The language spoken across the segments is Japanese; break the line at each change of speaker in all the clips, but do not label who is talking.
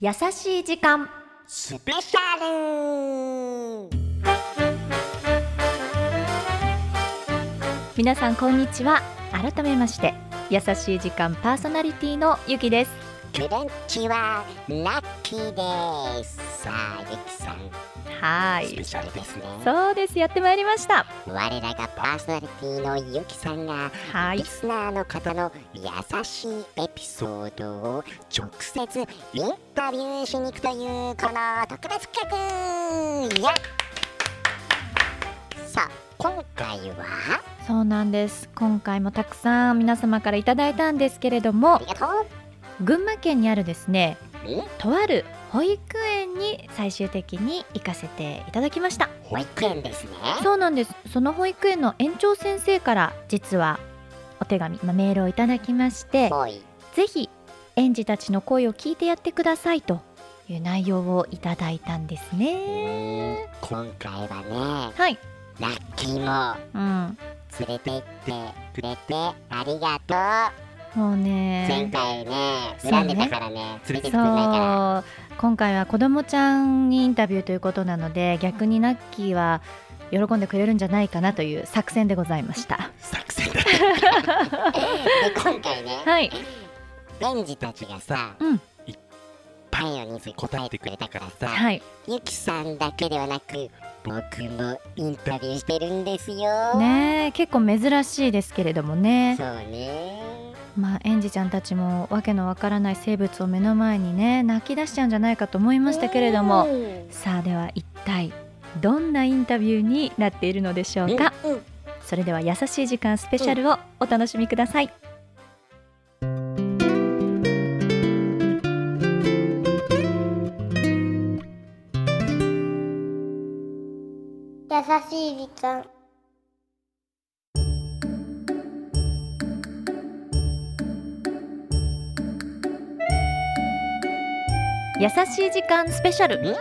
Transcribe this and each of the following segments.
優しい時間
スペシャル
皆さんこんにちは改めまして優しい時間パーソナリティのゆきです
クレンチはラッキーですさあゆきさん、
は
ス
い
ペシャルですね
そうですやってまいりました
我らがパーソナリティのゆきさんが
は
リ
い
スナーの方の優しいエピソードを直接インタビューしに行くというこの特別企画イエイさあ今回は
そうなんです今回もたくさん皆様からいただいたんですけれども
ありがとう
群馬県にあるですね
ん
とある保育園に最終的に行かせていただきました
保育園ですね
そうなんですその保育園の園長先生から実はお手紙、まあ、メールをいただきまして
もうい
ぜひ園児たちの声を聞いてやってくださいという内容をいただいたんですね
今回はね
はい、
ラッキーも
うん、
連れて行ってくれてありが
もう
とう前
ね
回ね
そうね
恨んでたからね連れて
そう
ってくれないか
今回は子どもちゃんにインタビューということなので逆にナッキーは喜んでくれるんじゃないかなという作戦でございました
ら作戦だで今回ね
はい
園児たちがさ、
うん
いっぱいの人数答えてくれたからさ、
はい
ゆきさんだけではなく僕もインタビューしてるんですよ、
ねえ結構珍しいですけれどもね
そうね
まあ園児ちゃんたちもわけのわからない生物を目の前にね泣き出しちゃうんじゃないかと思いましたけれども、
うん
さあでは一体どんなインタビューになっているのでしょうか、
うんうん
それでは優しい時間スペシャルをお楽しみください、
優しい時間
優しい時間スペシャル、
うん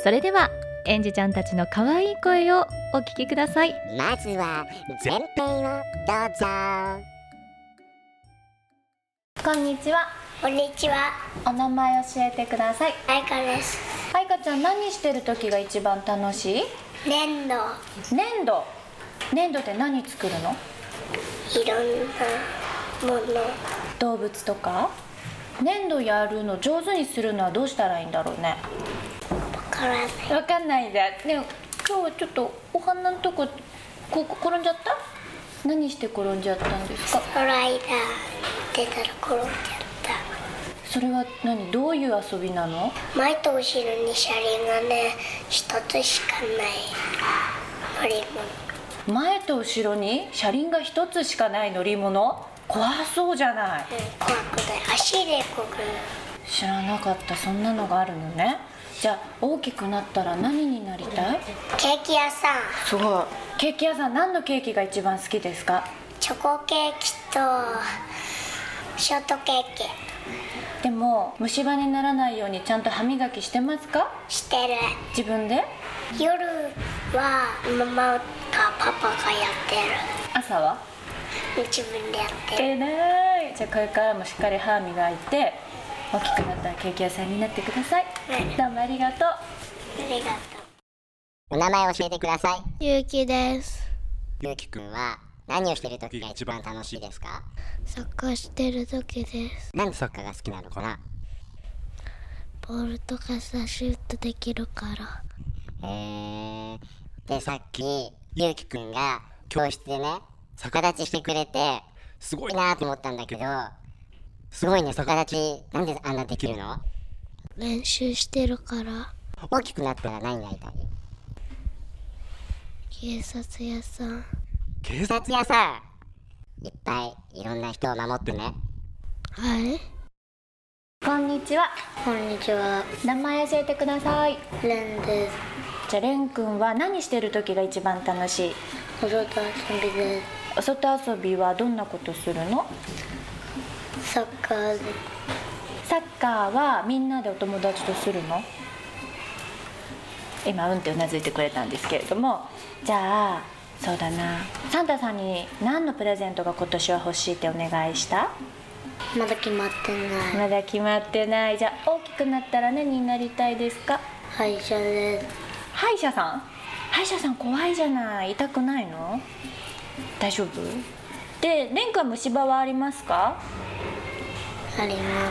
それでは園児ちゃんたちの可愛い声をお聞きください
まずは前編をどうぞ
こんにちは
こんにちは
お名前教えてください
あいかです
はいかちゃん何してる時が一番楽しい
粘土
粘土粘土で何作るの
いろんなもの
動物とか粘土やるの上手にするのはどうしたらいいんだろうね
わからない
わかんないだでも今日はちょっとお花のとこここ転んじゃった何して転んじゃったんですか
この間出たら転んじゃっ
それは何どういう遊びなの
た前と後ろに車輪がね一つしかない乗り
前と後ろに車輪が一つしかない乗り物怖そうじゃない
物、うん、怖くない足でこぐ
知らなかったそんなのがあるのねじゃあ大きくなったら何になりたい
ケーキ屋さん
すごいケーキ屋さん何のケーキが一番好きですか
チョコケーキとショートケーキ
でも虫歯にならないようにちゃんと歯磨きしてますか
してる
自分で
夜はママかパパがやってる
朝は
自分でやってる
えらいじゃあこれからもしっかり歯磨いて大きくなったらケーキ屋さんになってください
はい
どうもありがとう
ありがと
お名前教えてください
うんゆうきです
ゆうきくんは何をしてる時が一番楽しいですか
サッカーしてる時です
なんでサッカーが好きなのかな
ボールとかさシュートできるから
えー、でさっきゆうきくんが教室でね逆立ちしてくれてすごいなと思ったんだけどすごいね逆立ちなんであんなできるの
練習してるから
大きくなったら何になりたい
警察屋さん
警察やさいっぱいいろんな人を守ってね
はい
こんにちは
こんにちは
名前教えてください
レンです
じゃあ蓮くんは何してる時が一番楽しい
お外遊びで
お外遊びはどんなことするの
すサッカーで
サッカーはみんなでお友達とするの今うんってうなずいてくれたんですけれどもじゃあそうだなサンタさんに何のプレゼントが今年は欲しいってお願いした
まだ決まってない
まだ決まってないじゃあ大きくなったら何になりたいですか
歯医者で
歯医者さん歯医者さん怖いじゃない痛くないの大丈夫で蓮くんは虫歯はありますか
ありま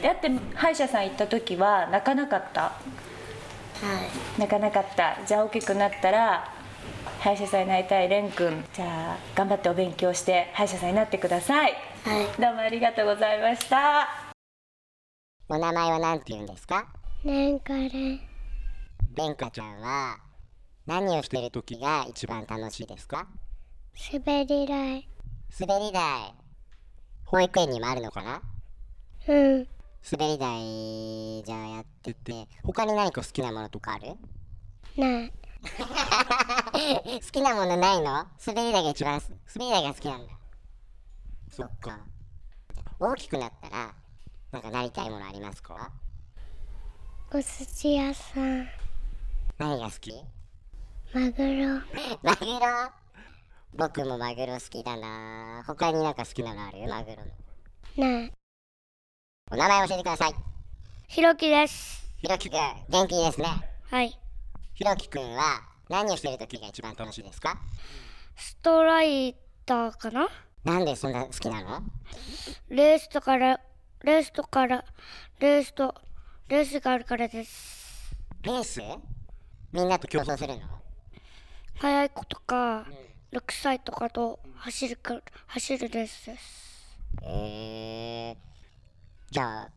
す
だって歯医者さん行った時は泣かなかった
はい
泣かなかったじゃあ大きくなったら歯医者さんになりたい蓮くんじゃあ頑張ってお勉強して歯医者さんになってください
はい
どうもありがとうございました
お名前は何て言うんですか
なんかね
レンカちゃんは何をしてる時が一番楽しいですか
滑り台
滑り台保育園にもあるのかな
うん
滑り台じゃあやってて他に何か好きなものとかある
ない
好きなものないの滑り台が一番す滑り台が好きなんだそっか大きくなったらなんかなりたいものありますか
お寿司屋さん
何が好き
マグロ
マグロ僕もマグロ好きだな他になんか好きなのあるマグロの
ない
お名前教えてください
ひろきです
ひろきくん元気ですね
はい
ひろきくんは何をしてる時が一番楽しいですか
ストライターかな
なんでそんな好きなの
レースとからレースとからレースとレースがあるからです
レースみんなと競争するの
速い子とか6歳とかと走るか走るレースです
えー、じゃあ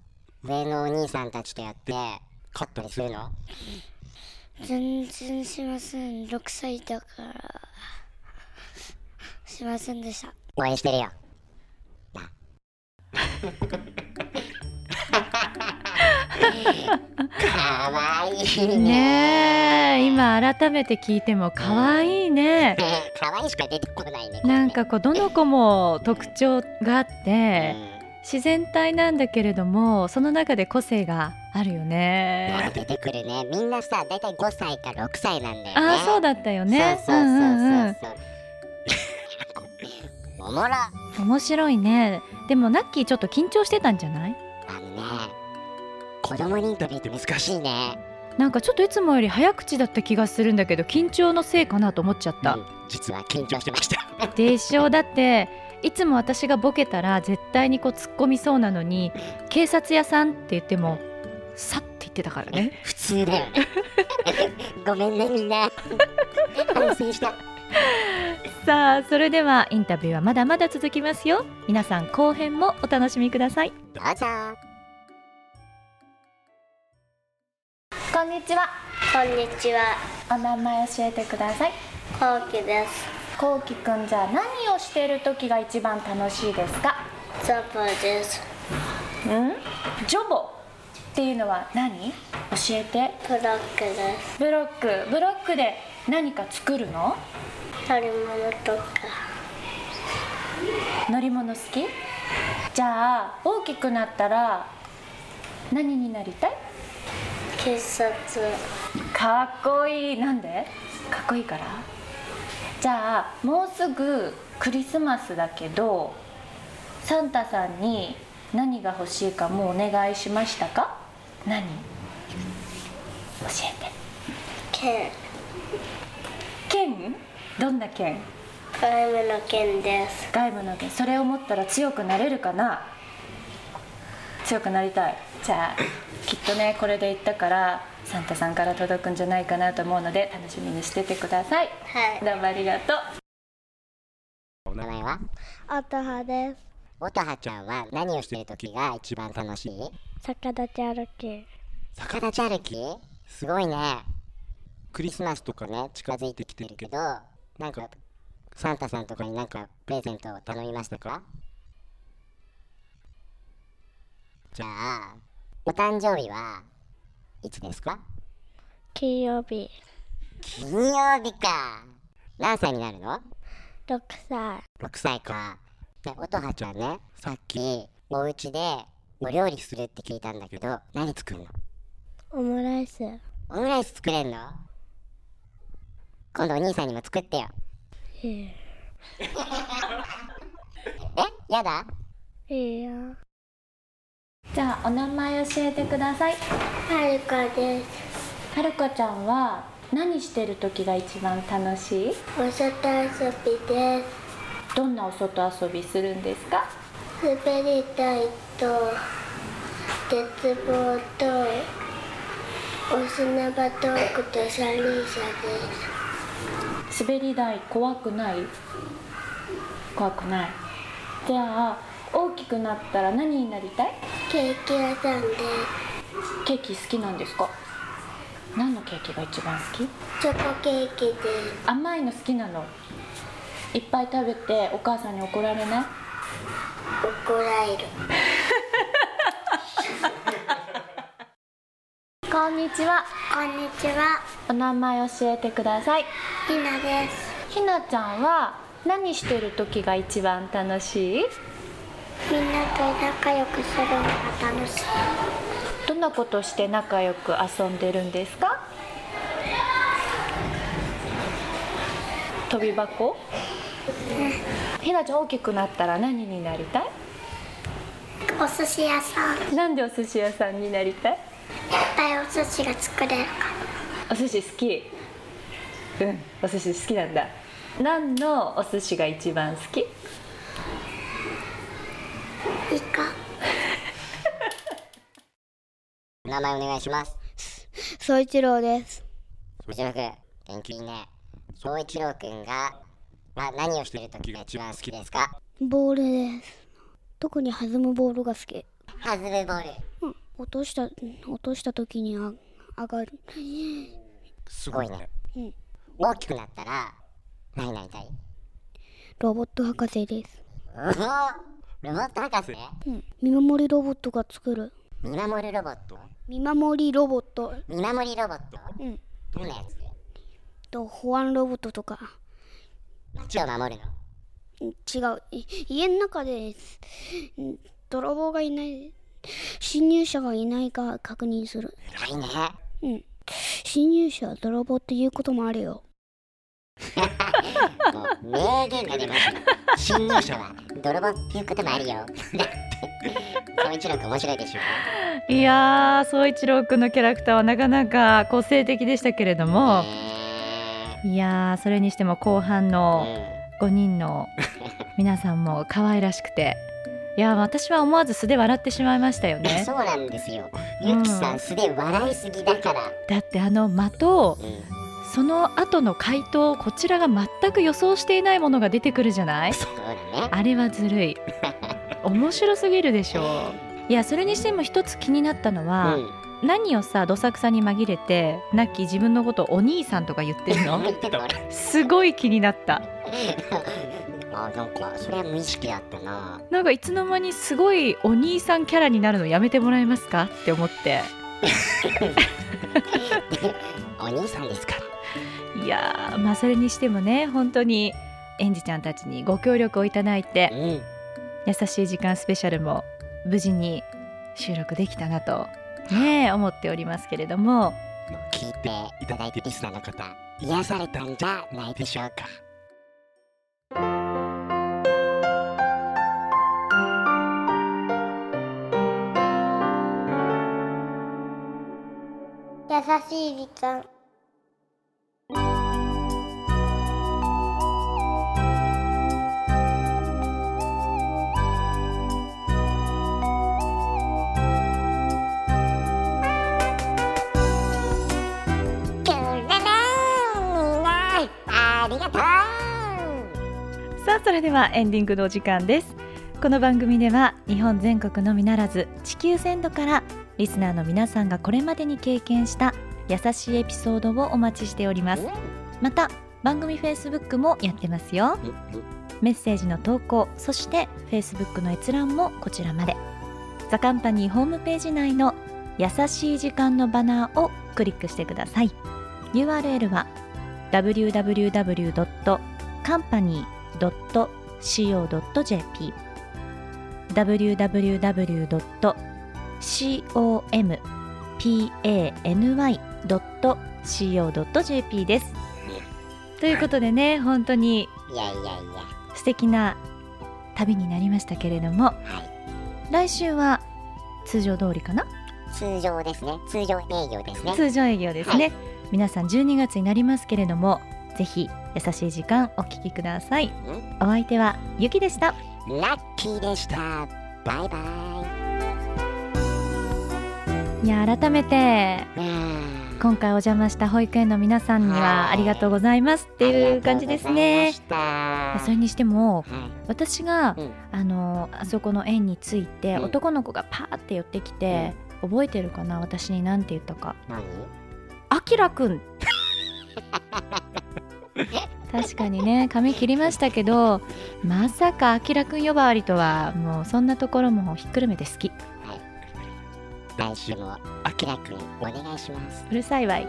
上のお兄さんたちとやって勝ったりするの
全然しません6歳だからしませんでした
応援してるよな かわいいね
ねえ今改めて聞いても可愛いね
ね可愛いしか出てこないね。
なんか
こ
こうどの子も特徴があ
れ
って
ね、
自然体なんだけれどもその中で個性があるよ
うん
ね
出てくるね。みんなさ、だいたい5歳か6歳なんだよね。
ああそうだったよね
そうそううそうん
うんう
そうそう。おもろ。あ
ん面白いねでもナッキーちょっと緊張してたんじゃない
のね、子供にインタビューって難しいね。
なんかちょっといつもより早口だった気がするんだけど緊張のせいかなと思っちゃっ
う
た
ん、実は緊張してました。
でしょだっていつも私がボケたら絶対にこう突っ込みそうなのに警察屋さんって言ってもさって言ってたからね
普通だよね。 ごめんねみんな。反省した。
さあそれではインタビューはまだまだ続きますよ皆さん後編もお楽しみください
どうぞ。
こんにちは
こんにちは
お名前教えてください
こうきです
こうきくんじゃあ何をしている時が一番楽しいですか
ザボです
うんジョボっていうのは何教えて
ブロックです
ブロックブロックで何か作るの
乗り物とか
乗り物好きじゃあ大きくなったら何になりたい
警察
かっこいいなんでかっこいいからじゃあもうすぐクリスマスだけどサンタさんに何が欲しいかもうお願いしましたか何教えて
剣
剣どんな剣
外務の剣です
外部の剣それを持ったら強くなれるかな強くなりたいじゃあきっとねこれで言ったからサンタさんから届くんじゃないかなと思うので楽しみにしててください
はい
どうもありがとう
お名前は
あとはです。
おとはちゃんは何をしてる時が一番楽しい
逆立ち歩き。
逆立ち歩きすごいねクリスマスとかね近づいてきてるけどなんかサンタさんとかになんかプレゼントを頼みましたかじゃあお誕生日はいつですか
金曜日。
金曜日か何歳になるの
6歳。
6歳かで音羽ちゃんねさっきお家でお料理するって聞いたんだけど何作るの
オムライス。
オムライス作れんの今度お兄さんにも作ってよ。
ええ
えやだ
いいよ。
じゃあお名前教えてください
はるかです。
はるかちゃんは何してる時が一番楽しい
お外遊びです。
どんなお外遊びするんですか
滑り台と鉄棒とお砂場トークと三輪車です
滑り台怖くない怖くないじゃあ大きくなったら何になりたい
ケーキ屋さんで
ケーキ好きなんですか何のケーキが一番好き
チョコケーキで
甘いの好きなのいっぱい食べてお母さんに怒られない
怒られる
こんにちは
こんにちは
お名前教えてください
ひなです
ひなちゃんは何してる時が一番楽しい
みんなと仲良くするのが楽しい
どんなことして仲良く遊んでるんですか飛び箱ひなちゃん大きくなったら何になりたい
お寿司屋さんいっ
なんでお寿司屋さんになりたい
ぱいお寿司が作れるか
お寿司好きうんお寿司好きなんだ何のお寿司が一番好き
らいいか
お名前お願いします。
総一郎です。
総一郎くん、元気いいね。総一郎くんが、ま、何をしてる時が一番好きですか
ボールです。特に弾むボールが好き。
ハズレボール。
うん、落とした、落とした時にあ上がる。
すごいね。
うん
大きくなったら、何になりたい
ロボット博士です。
おぉロボット博士ね
うん、見守りロボットが作る。
見守るロボット
見守りロボット。
見守りロボット
うん。
どんなやつ
と、保安ロボットとか。
街を守るの
うん違う。い家の中で、うん泥棒がいない、侵入者がいないか確認する。
偉いね
うん。侵入者は泥棒っていうこともあるよ。
もう名言が出ました侵入者は泥棒っていうこともあるよだって総一郎くん面白いでしょ
いやー総一郎くんのキャラクターはなかなか個性的でしたけれども
え
いやーそれにしても後半
ー
の5人の皆さんも可愛らしくていやー私は思わず素で笑ってしまいましたよ
うん
ね
そうなんですよ
うん
ゆきさん素で笑いすぎだから
だってあの的を
うん
その後の回答こちらが全く予想していないものが出てくるじゃない
そうだね
あれはずる い面白すぎるでしょいやそれにしても一つ気になったの
う
は、
ん
何をさどさくさに紛れてナッキー自分のことお兄さんとか言ってる
言
の
ってた俺
すごい気になった
あなんかそれは無意識だったな
なんかいつの間にすごいお兄さんキャラになるのやめてもらえますかって思って
お兄さんですか
いやーまあそれにしてもね本当にエンジちゃんたちにご協力をいただいて
うん
優しい時間スペシャルも無事に収録できたなとねえ思っておりますけれども
聞いていただいてリスナーの方癒されたんじゃないでしょうか
優しい時間
キュレレみんなありがとう
さあそれではエンディングのお時間ですこの番組では日本全国のみならず地球全土からリスナーの皆さんがこれまでに経験した優しいエピソードをお待ちしておりますまた番組 Facebook もやってますよメッセージの投稿そして Facebook の閲覧もこちらまでザカンパニーホームページ内の優しい時間のバナーをクリックしてください URL は www.company.co.jp www.company.co.jp ですということでね本当に
いやいやいや
素敵な旅になりましたけれども
はい
来週は通常通りかな
通常ですね通常営業ですね
通常営業ですね、皆さん12月になりますけれどもぜひ優しい時間お聞きくださいお相手はゆきでした
ラッキーでしたバイバ
いや改めて
イいやー
今回お邪魔した保育園の皆さんには
はい
ありがとうございますっていう感じですね
ありがとうございました
それにしても
はい
私が、
うん
あのあそこの園について、
うん
男の子がパーって寄ってきて、覚えてるかな私に何て言ったか
何
「あきらくん」確かにね髪切りましたけどまさかあきらくん呼ばわりとはもうそんなところもひっくるめて好き
来週もあきらくんお願いします
うるさいわい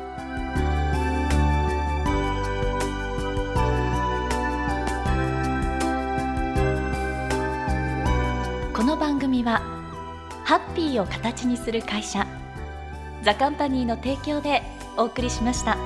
この番組はハッピーを形にする会社ザカンパニーの提供でお送りしました。